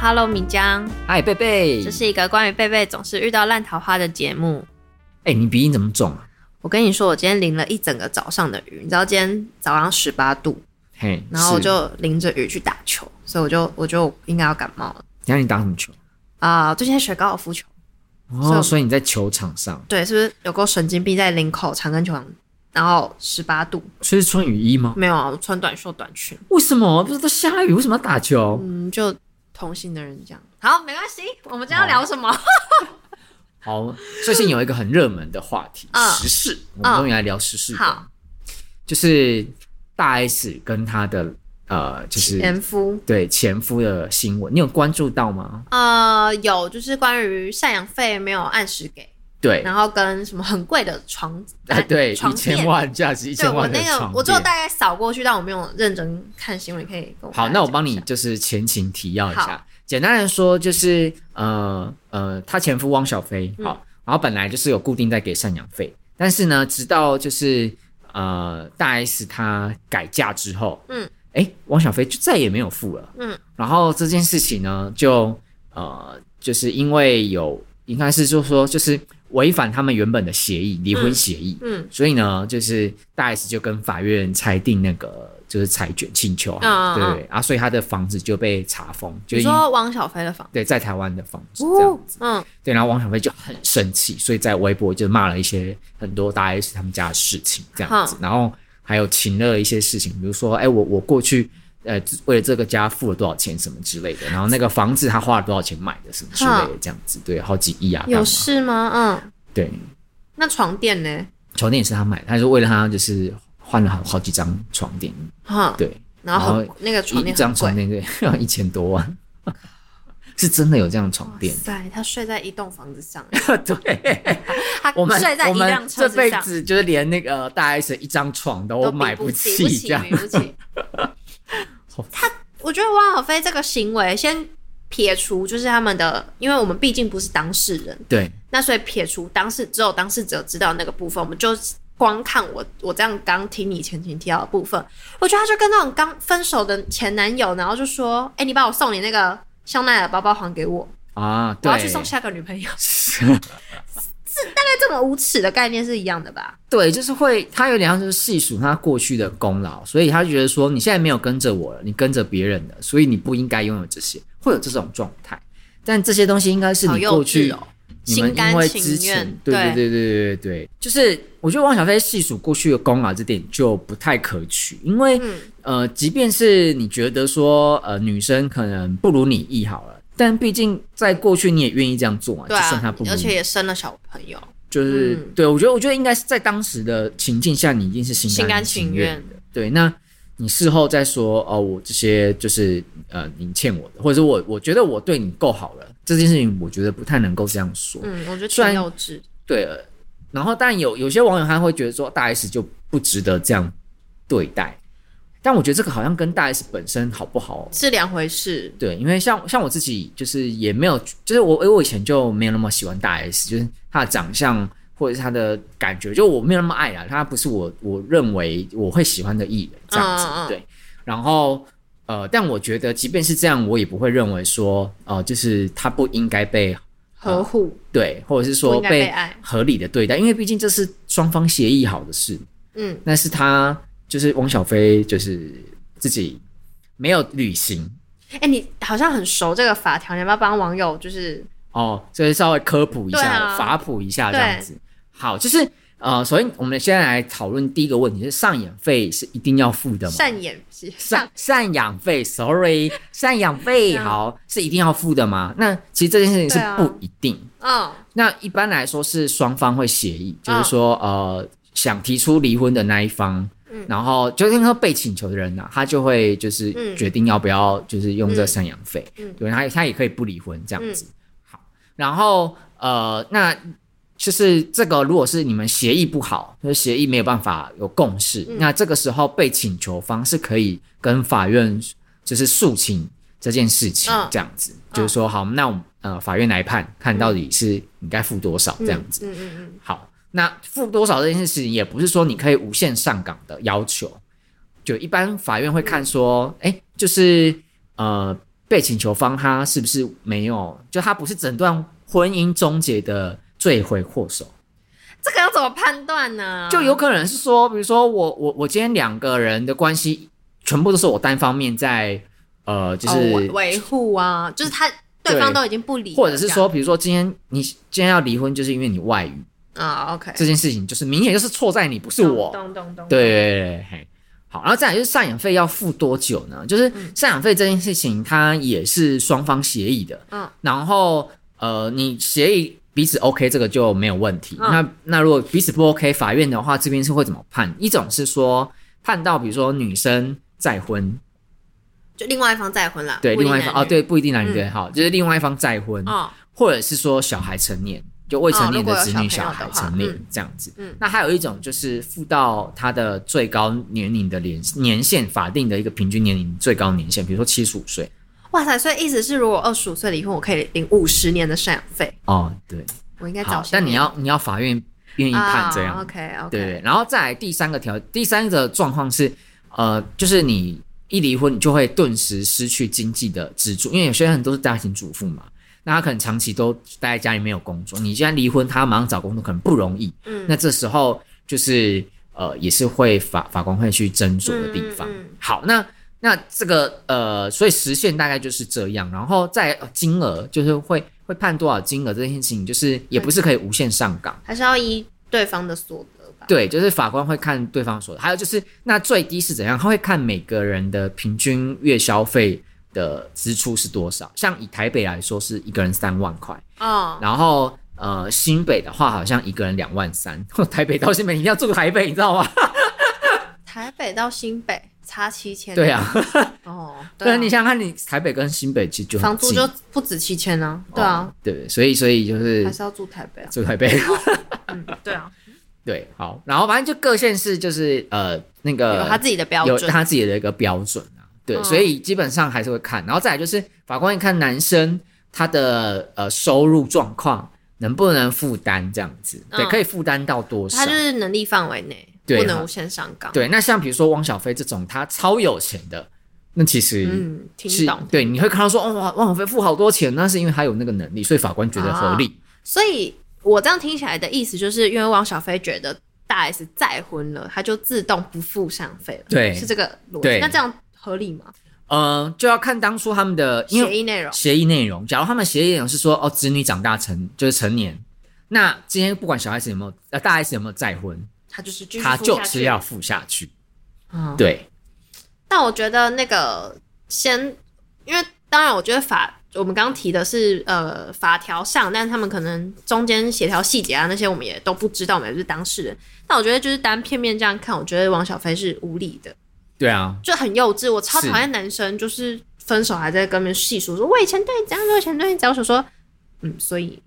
Hello，米江，嗨，贝贝，这哎、是一个关于贝贝总是遇到烂桃花的节目。哎你鼻音怎么肿啊？我跟你说，我今天淋了一整个早上的雨，你知道今天早上十八度，嘿，然后我是，就淋着雨去打球，所以我就我就应该要感冒了等一下你打什么球？啊、最近在学高尔夫球，哦，所以你在球场上，对，是不是有够神经病在领口长跟球场，然后十八度所以是穿雨衣吗？没有啊？我穿短袖短裙，为什么？不是都下雨，为什么要打球？嗯，就同性的人这样。好，没关系，我们今天要聊什么？好，最近有一个很热门的话题，嗯时事，我们终于来聊时事。好，就是大 S 跟她的呃，就是前夫，对前夫的新闻，你有关注到吗？呃，有就是关于赡养费没有按时给，对，然后跟什么很贵的床，哎，对，床一垫千万价值一对千我万的那个床，我只有垫大概扫过去，但我没有认真看新闻，你可以跟我好，大概那我讲帮一你下就是前情提要一下好。简单来说，就是呃呃，她前夫汪小菲，嗯好，然后本来就是有固定在给赡养费，但是呢，直到就是呃大 S 她改嫁之后，嗯，哎，汪小菲就再也没有付了，嗯，然后这件事情呢，就呃就是因为有应该是就说就是违反他们原本的协议，离婚嗯协议，嗯所以呢，就是大 S 就跟法院裁定那个就是裁决请求啊，嗯嗯嗯对啊，所以他的房子就被查封，就你已经说王小飞的房对在台湾的房子这样哦，嗯对，然后王小飞就很生气，所以在微博就骂了一些很多大 S 他们家的事情这样子，然后还有请了一些事情，比如说，哎，我我过去呃为了这个家付了多少钱什么之类的，然后那个房子他花了多少钱买的什么之类的这样子，对，好几亿啊，干有嘛事吗？嗯，对，那床垫呢？床垫也是他买的，他就为了他就是换了好好几张床垫，哈，对，然后很然后那个床一垫张很床贵，垫对， 要一千多万， 是真的有这样的床哇垫。塞，他睡在一栋房子上， 对，他我们睡在我一们辆车这子辈上，子就是连那个大 S 一张床都都买不起，比不这样比不 起。他，我觉得汪小菲这个行为，先撇除就是他们的，因为我们毕竟不是当事人，对那所以撇除当事只有当事者知道那个部分，我们就光看我我这样刚听你前情提到的部分，我觉得他就跟那种刚分手的前男友，然后就说：“哎、你把我送你那个香奈儿包包还给我，啊，我对，要去送下个女朋友。” 那这么无耻的概念是一样的吧？对，就是会他有点像就是细数他过去的功劳，所以他觉得说你现在没有跟着我了，你跟着别人了，所以你不应该拥有这些，会有这种状态。但这些东西应该是好你幼过去稚哦，你们心甘因为情之前愿，对对对对对对对，就是我觉得汪小菲细数过去的功劳这点就不太可取，因为、嗯呃，即便是你觉得说呃女生可能不如你意好了，但毕竟在过去你也愿意这样做嘛，对就算啊他不，如而你且也生了小朋友，就是、嗯对我觉得，我觉得应该是在当时的情境下，你一定是心心甘情情愿的。对，那你事后再说哦，我这些就是呃，你欠我的，或者是我我觉得我对你够好了，这件事情我觉得不太能够这样说。嗯，我觉得虽挺然幼稚。对，呃然后但有有些网友他会觉得说大 S 就不值得这样对待，但我觉得这个好像跟大 S 本身好不好是两回事，对，因为像像我自己，就是也没有，就是我因为我以前就没有那么喜欢大 S，就是她的长相或者是她的感觉，就我没有那么爱啦。她不是我我认为我会喜欢的艺人这样子，嗯嗯嗯对。然后呃，但我觉得即便是这样，我也不会认为说，呃，就是她不应该被呵护，对，或者是不说应该被被爱合理的对待，因为毕竟这是双方协议好的事，嗯，那是她就是汪小菲就是自己没有履行。哎、你好像很熟这个法条，你要不要帮网友就是哦，所以稍微科普一对下，啊法普一下这样子。好，就是呃，首先我们现在来讨论第一个问题，就是赡养费是一定要付的吗？赡 养赡上赡养费，sorry，赡养 费嗯好是一定要付的吗？那其实这件事情是对啊不一定。嗯那一般来说是双方会协议，就是说、呃，想提出离婚的那一方，嗯然后就是那个被请求的人呐、他就会就是嗯决定要不要就是用这嗯赡养费，嗯对，他他也可以不离婚这样子。好，然后呃，那就是这个，如果是你们协议不好，就是协议没有办法有共识，嗯那这个时候被请求方是可以跟法院就是诉请这件事情，嗯这样子，就是说好，那我们呃法院来判，看到底是你该付多少这样子。嗯嗯好，那付多少这件事情也不是说你可以无限上岗的要求，就一般法院会看说，嗯哎、就是呃被请求方他是不是没有，就他不是整段婚姻终结的罪魁祸首，嗯，这个要怎么判断呢？就有可能是说，比如说我我我今天两个人的关系全部都是我单方面在呃就哦是维维护啊，就是他对方都已经不理了，或者是这样说，比如说今天你今天要离婚，就是因为你外遇啊，OK，这件事情，就是明显就是错在你，不是我。咚咚咚，对对对，嘿，好，然后再来就是赡养费要付多久呢？就是赡养费这件事情，它也是双方协议的，嗯，然后呃，你协议彼此 OK，这个就没有问题。嗯那那如果彼此不 OK，法院的话这边是会怎么判？一种是说判到比如说女生再婚，就另外一方再婚了，对，不另定外一方男哦，女嗯对，，不一定男女对，好，就是另外一方再婚，哦，或者是说小孩成年，就未成年的子哦如果女、有小小朋友的孩话成年、嗯这样子。嗯那还有一种就是付到他的最高年龄的年年限法定的一个平均年龄最高年限，比如说七十五岁。哇塞，所以意思是，如果二十五岁离婚，我可以领五十年的赡养费，哦，对，我应该好早，些啊但你领要你要法院愿意判这样， ，OK OK，对对。然后再来第三个条，第三个状况是，呃，就是你一离婚，你就会顿时失去经济的支柱，因为有些人都是家庭主妇嘛。那他可能长期都待在家里没有工作，你既然离婚，他马上找工作可能不容易，嗯那这时候就是呃，也是会法法官会去斟酌的地方。嗯嗯嗯好，那那这个呃，所以时限大概就是这样，然后在金额就是会会判多少金额这件事情，就是也不是可以无限上岗。还是要依对方的所得吧。对，就是法官会看对方所得，还有就是那最低是怎样，他会看每个人的平均月消费的支出是多少。像以台北来说，是一个人三万块，哦，然后呃新北的话，好像一个人两万三。哦台北到新北，你一定要住台北，你知道吗？台北到新北差七千，对，啊，哦，对对啊，啊，你想想看，你台北跟新北其实就很房租近就不止七千啊，对啊哦，对，所以所以就是还是要住台北啊，住台北， 嗯，对啊，对，好，然后反正就各县市就是呃那个有他自己的标有准，啊他自己的一个标准啊。对，嗯所以基本上还是会看，然后再来就是法官一看男生他的呃收入状况能不能负担这样子，对，嗯可以负担到多少他？就是能力范围内，对啊不能无限上纲。，对，那像比如说汪小菲这种他超有钱的，那其实嗯，是听懂。对，你会看到说哦，哇汪小菲付好多钱，那是因为他有那个能力，所以法官觉得合理。所以我这样听起来的意思，就是因为汪小菲觉得大 S 再婚了，他就自动不付赡养费了，对是这个逻对辑。那这样合理吗？呃，就要看当初他们的因为协议内容，协议内容。假如他们协议内容是说，哦，子女长大成就是成年，那今天不管小 S 有没有，呃，大 S 有没有再婚，他就是继续他付就下是去要付下去。嗯对，但我觉得那个先，因为当然，我觉得法我们刚刚提的是呃法条上，但他们可能中间协调细节啊那些我们也都不知道，我们也不是当事人。但我觉得就是单片面这样看，我觉得王小飞是无理的，对啊，就很幼稚。我超是讨厌男生就是分手还在跟别人细数说，我以前对你怎样，我以前对你怎样，我想说，嗯，所以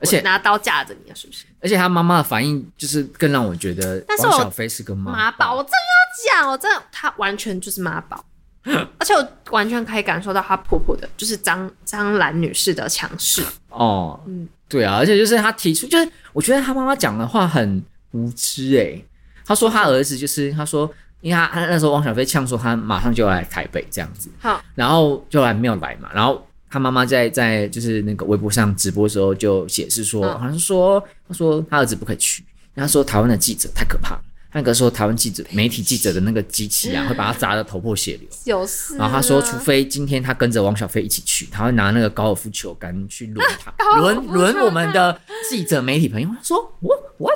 而且我拿刀架着你了，是不是？而且他妈妈的反应就是更让我觉得但是王我小飞是个妈宝，宝我。真的要讲，我真的，她完全就是妈宝， 而且我完全可以感受到她婆婆的，就是张张兰女士的强势。哦，嗯对啊，而且就是他提出，就是我觉得他妈妈讲的话很无知诶、他说他儿子就是他说，因为他他那时候汪小菲呛说他马上就要来台北这样子，好，然后就来没有来嘛，然后他妈妈在在就是那个微博上直播的时候就解释说，嗯好像说他说他儿子不可以去，然后说台湾的记者太可怕了，他那个时候台湾记者媒体记者的那个机器嗯啊会把他砸得头破血流。有事、啊然后他说，除非今天他跟着王小飞一起去，他会拿那个高尔夫球杆去轮他， 高尔夫轮球杆轮我们的记者媒体朋友。他说我 what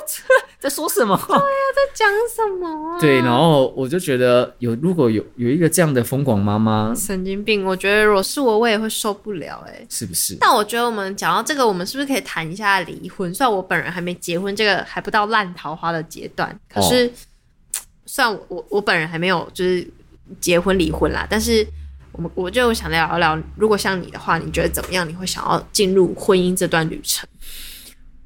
在说什 么？啊讲什么、啊？对，然后我就觉得有如果有有一个这样的疯狂妈妈，神经病，我觉得如果是我，我也会受不了哎、是不是？但我觉得我们讲到这个，我们是不是可以谈一下离婚？虽然我本人还没结婚，这个还不到烂桃花的阶段，可是、虽然我我我本人还没有就是结婚离婚啦，但是我们我就想聊一聊，如果像你的话，你觉得怎么样？你会想要进入婚姻这段旅程？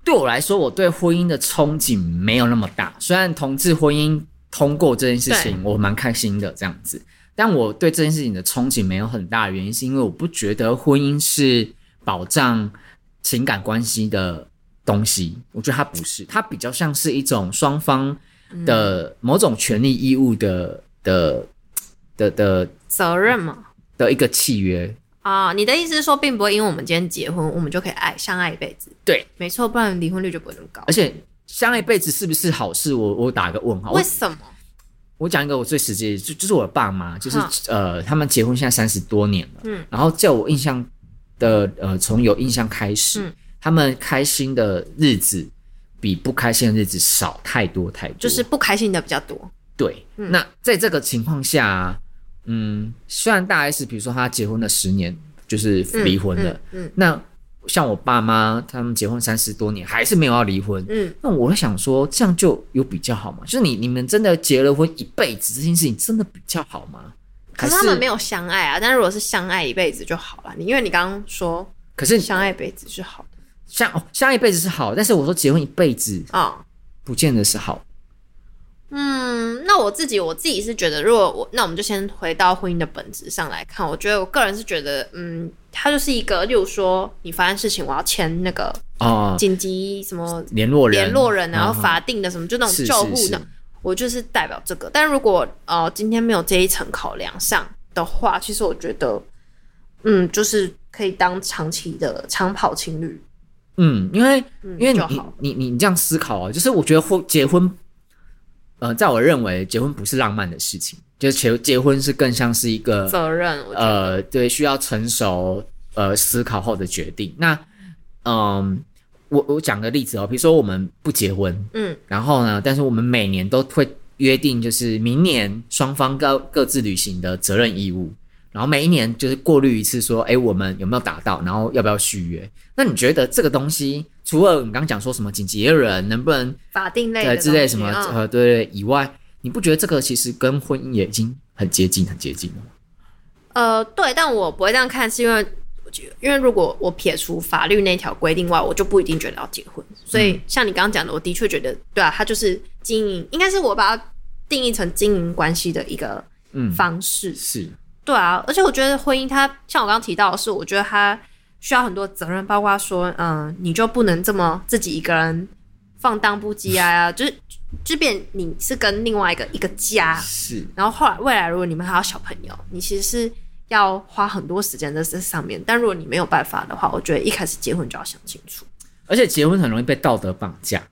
对我来说，我对婚姻的憧憬没有那么大。虽然同志婚姻通过这件事情，我蛮开心的这样子，但我对这件事情的憧憬没有很大，原因是因为我不觉得婚姻是保障情感关系的东西。我觉得它不是，它比较像是一种双方的某种权利义务的的的的责任嘛？的一个契约。啊、你的意思是说，并不会因为我们今天结婚，我们就可以爱相爱一辈子？对，没错，不然离婚率就不会那么高而。且相爱一辈子是不是好事？我我打个问号。我为什么？我讲一个我最实际的，就就是我的爸妈，就是嗯呃，他们结婚现在三十多年了，嗯然后在我印象的呃，从有印象开始，嗯他们开心的日子比不开心的日子少太多太多，就是不开心的比较多。对。嗯那在这个情况下啊，嗯，虽然大 S 比如说她结婚了十年，就是嗯离婚了，嗯那像我爸妈他们结婚三十多年还是没有要离婚，嗯那我会想说，这样就有比较好吗？就是你你们真的结了婚一辈子，这件事情真的比较好吗？可是他们没，有相爱啊。但如果是相爱一辈子就好了。你因为你刚刚说可是相爱一辈子是好的相哦相一辈子是好，但是我说结婚一辈子啊、不见得是好。嗯，那我自己我自己是觉得，如果我那我们就先回到婚姻的本质上来看，我觉得我个人是觉得，嗯，它就是一个，例如说你发生事情，我要签那个哦，紧急什么联络人，联络人，然后嗯法定的什么，就那种是救护是的是，我就是代表这个。但如果呃今天没有这一层考量上的话，其实我觉得，嗯，就是可以当长期的长跑情侣，嗯，因为嗯因为就你好你你你这样思考啊，就是我觉得婚结婚，呃，在我认为结婚不是浪漫的事情，就是结结婚是更像是一个责任，我觉得，呃，对，需要成熟呃思考后的决定。那嗯，我我讲个例子哦，比如说我们不结婚，嗯然后呢，但是我们每年都会约定，就是明年双方各各自履行的责任义务，然后每一年就是过滤一次，说，哎，我们有没有达到，然后要不要续约？那你觉得这个东西，除了你刚刚讲说什么紧急人能不能法定类对的之类东什西么、嗯呃对对以外，你不觉得这个其实跟婚姻也已经很接近很接近了吗？呃，对，但我不会这样看，是因为我觉得因为如果我撇除法律那条规定外，我就不一定觉得要结婚。所嗯以像你刚刚讲的，我的确觉得，对啊，它就是经营，应该是我把它定义成经营关系的一个嗯，方式。是。对啊，而且我觉得婚姻它，像我刚刚提到的是，我觉得它需要很多责任，包括说，嗯、你就不能这么自己一个人放荡不羁啊， 就是即便你是跟另外一个一个家，是然后后来未来如果你们还有小朋友，你其实是要花很多时间在这上面。但如果你没有办法的话，我觉得一开始结婚就要想清楚。而且结婚很容易被道德绑架。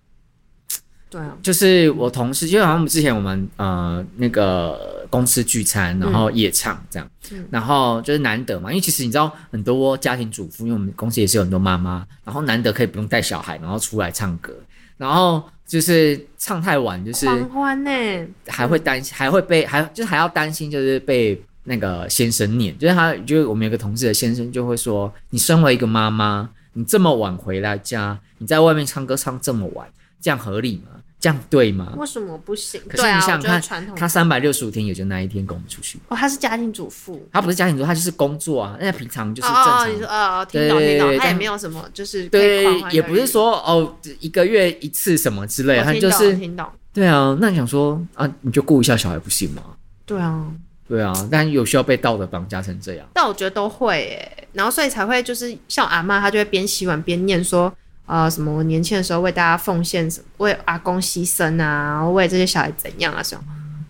对啊，就是我同事，就好像我们之前我们呃那个公司聚餐，然后夜唱这样，嗯然后就是难得嘛，因为其实你知道很多家庭主妇，因为我们公司也是有很多妈妈，然后难得可以不用带小孩，然后出来唱歌，然后就是唱太晚，就是狂欢呢、欸还嗯会担心，还会被还就是还要担心，就是被那个先生念，就是他就是我们有个同事的先生就会说，你身为一个妈妈，你这么晚回来家，你在外面唱歌唱这么晚，这样合理吗？这样对吗？为什么不行？可对是啊，你我想觉得想传看，统他三百六十五天也就那一天跟我们出去，哦，他是家庭主妇。他不是家庭主妇，他就是工作啊，那平常就是哦正常。哦，你说哦，听懂对听懂，对他也但没有什么，就是可以狂对，欢也的不是日子说哦，一个月一次什么之类的，我他听就懂我是听懂，对啊。那你想说啊，你就顾一下小孩不行吗？对啊，对啊，但有需要被道德绑架成这样。但我觉得都会诶，然后所以才会就是像我阿嬷，她就会边洗碗边念说，呃，什么我年轻的时候为大家奉献，什么为阿公牺牲啊，然后为这些小孩怎样啊什么，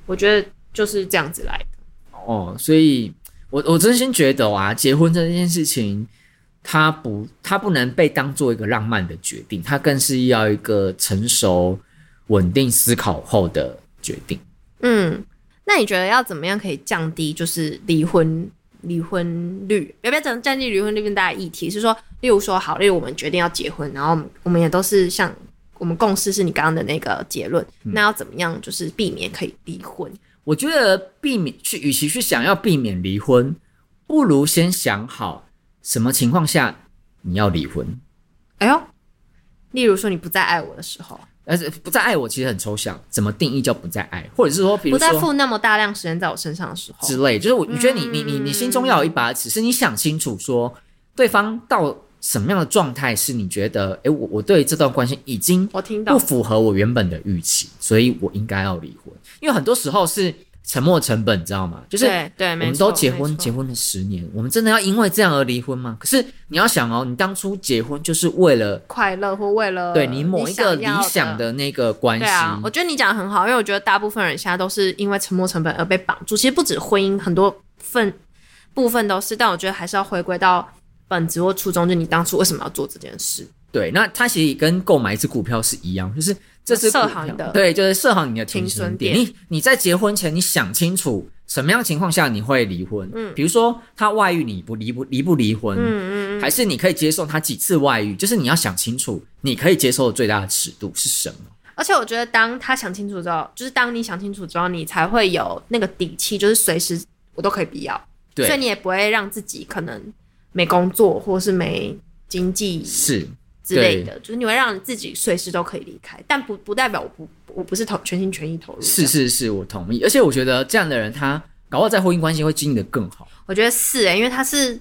我觉得就是这样子来的。哦，所以我我真心觉得啊，结婚这件事情，它不它不能被当做一个浪漫的决定，它更是要一个成熟、稳定思考后的决定。嗯，那你觉得要怎么样可以降低就是离婚？离婚率要不要讲降低离婚率跟大家议题是说，例如说好，例如我们决定要结婚，然后我们我们也都是像我们共识是你刚刚的那个结论，嗯那要怎么样就是避免可以离婚？我觉得避免去，与其去想要避免离婚，不如先想好什么情况下你要离婚。哎呦，例如说你不再爱我的时候，而是不再爱我其实很抽象，怎么定义叫不再爱？或者是说，比如不再说付那么大量时间在我身上的时候，之类，就是我你觉得你你你你心中要有一嗯把尺，是你想清楚说对方到什么样的状态是你觉得，诶，我我对这段关系已经我听不到符合我原本的预期，所以我应该要离婚。因为很多时候是沉没成本，你知道吗？就是对对我没们错都结没婚错结婚了十年，我们真的要因为这样而离婚吗？可是你要想哦，你当初结婚就是为了快乐或为了对你某一个理呃想想要的那个关系，对啊，我觉得你讲的很好，因为我觉得大部分人现在都是因为沉没成本而被绑住。其实不止婚姻，很多份部分都是，但我觉得还是要回归到本质或初衷，就你当初为什么要做这件事。对，那它其实跟购买一只股票是一样，就是这是设股好票你的对，就是设好你的停停损损点点。你你在结婚前，你想清楚什么样的情况下你会离婚？嗯嗯，比如说他外遇，你不离不离不离婚？嗯嗯嗯，还是你可以接受他几次外遇？就是你要想清楚，你可以接受的最大的尺度是什么？而且我觉得当他想清楚之后，就是当你想清楚之后，你才会有那个底气，就是随时我都可以不要，对，所以你也不会让自己可能没工作或是没经济是之类的，就是你会让自己随时都可以离开，但不不代表我不我不是投全心全意投入，是是是，我同意。而且我觉得这样的人，他搞不好在婚姻关系会经营的更好。我觉得是哎、因为他是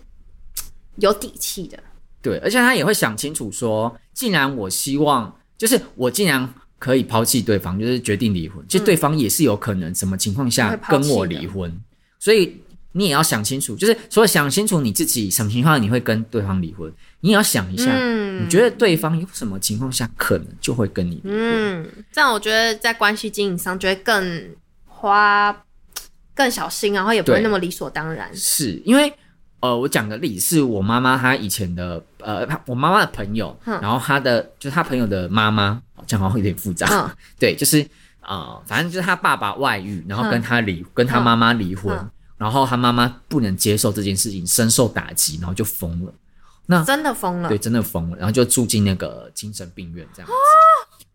有底气的，对，而且他也会想清楚说，既然我希望，就是我既然可以抛弃对方，就是决定离婚，其实对方也是有可能什么情况会下抛跟弃我的离婚，所以你也要想清楚，就是除了想清楚你自己什么情况下你会跟对方离婚，你也要想一下，嗯你觉得对方有什么情况下可能就会跟你离婚。嗯，这样我觉得在关系经营上就会更花更小心，然后也不会对那么理所当然。是因为呃，我讲个例子，是我妈妈她以前的呃，她我妈妈的朋友，嗯然后她的就是她朋友的妈妈，哦这样好像有点复杂。嗯对，就是呃，反正就是她爸爸外遇，然后嗯跟她离，跟她嗯妈妈离婚，嗯然后她妈妈不能接受这件事情，深受打击，然后就疯了。那真的疯了对，，真的疯了，然后就住进那个精神病院这样子。啊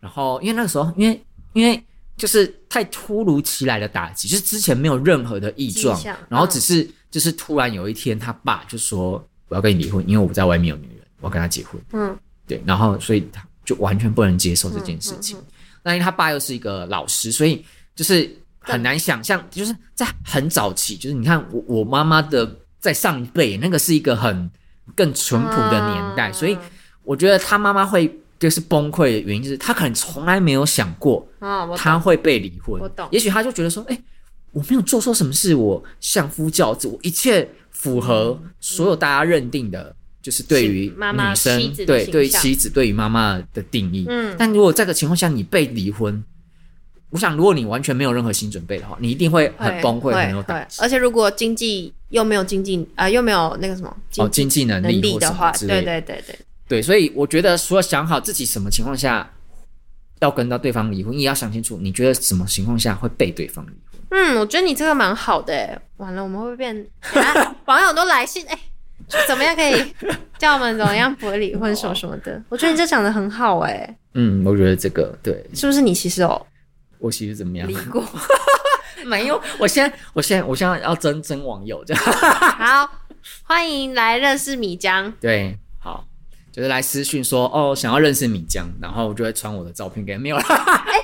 然后因为那个时候，因为因为就是太突如其来的打击，就是之前没有任何的异迹状象，然后嗯只是就是突然有一天，他爸就说我要跟你离婚，因为我在外面有女人，我要跟她结婚。嗯，对，然后所以他就完全不能接受这件事嗯情。那因为他爸又是一个老师，所以就是很难想象，就是在很早期，就是你看我我妈妈的在上一辈，那个是一个很更淳朴的年代，啊所以我觉得他妈妈会就是崩溃的原因，就是他可能从来没有想过啊，我他会被离婚。我懂也许他就觉得说，哎、我没有做错什么事，我相夫教子，我一切符合所有大家认定的，就是对于妈妈女生嗯妻子的对形对于象妻子对于妈妈的定义。嗯但如果这个情况下你被离婚，我想如果你完全没有任何心理准备的话，你一定会很崩溃，很有打击。而且如果经济又没有经济啊、呃又没有那个什么哦，济经济能能力力或什的么话，之类对的，对对对，对，所以我觉得说想好自己什么情况下要跟到对方离婚，也要想清楚，你觉得什么情况下会被对方离婚？嗯，我觉得你这个蛮好的哎。完了，我们会不会变？等一 下网友都来信哎、怎么样可以叫我们怎么样不会离婚什么什么的？我觉得你这讲的很好哎、嗯，我觉得这个对是不是你其实有我其实怎么样离？过？ 没有，我现在我现在我现在要争争网友这 样。好，欢迎来认识米江。对，好，就是来私讯说哦，想要认识米江，然后我就会传我的照片给没有啦，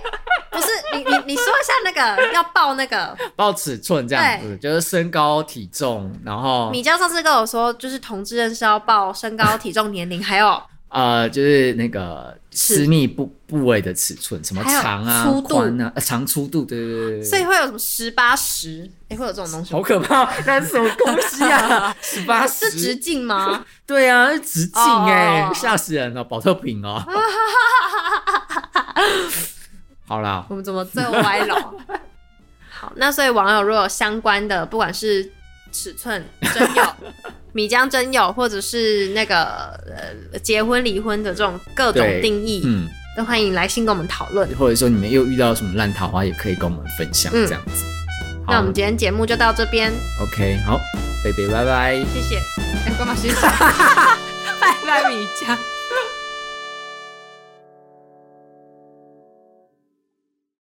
不是你你你说一下那个要报那个报尺寸这样子，就是身高体重，然后米江上次跟我说，就是同志认识要报身高、体重、年龄，还有呃，就是那个私密部部位的尺寸，什么还有长啊、粗度宽啊、呃长粗度，对对对对对。所以会有什么十八十，哎，会有这种东西吗？好可怕，那是什么东西 啊？十八是直十，径吗？对啊，是直径哎、哦哦哦吓死人了，保特瓶哦。 好啦，我们怎么这么歪 楼？好，那所以网友如果有相关的，不管是尺寸真 有、米浆真有，或者是那个呃结婚离婚的这种各种对定义，嗯，都欢迎来信跟我们讨论。或者说你们又遇到什么烂桃花，也可以跟我们分享嗯这样子。好那我们今天节目就到这边， OK，好，贝贝，拜拜。谢谢，哎干嘛学习？拜拜，米浆。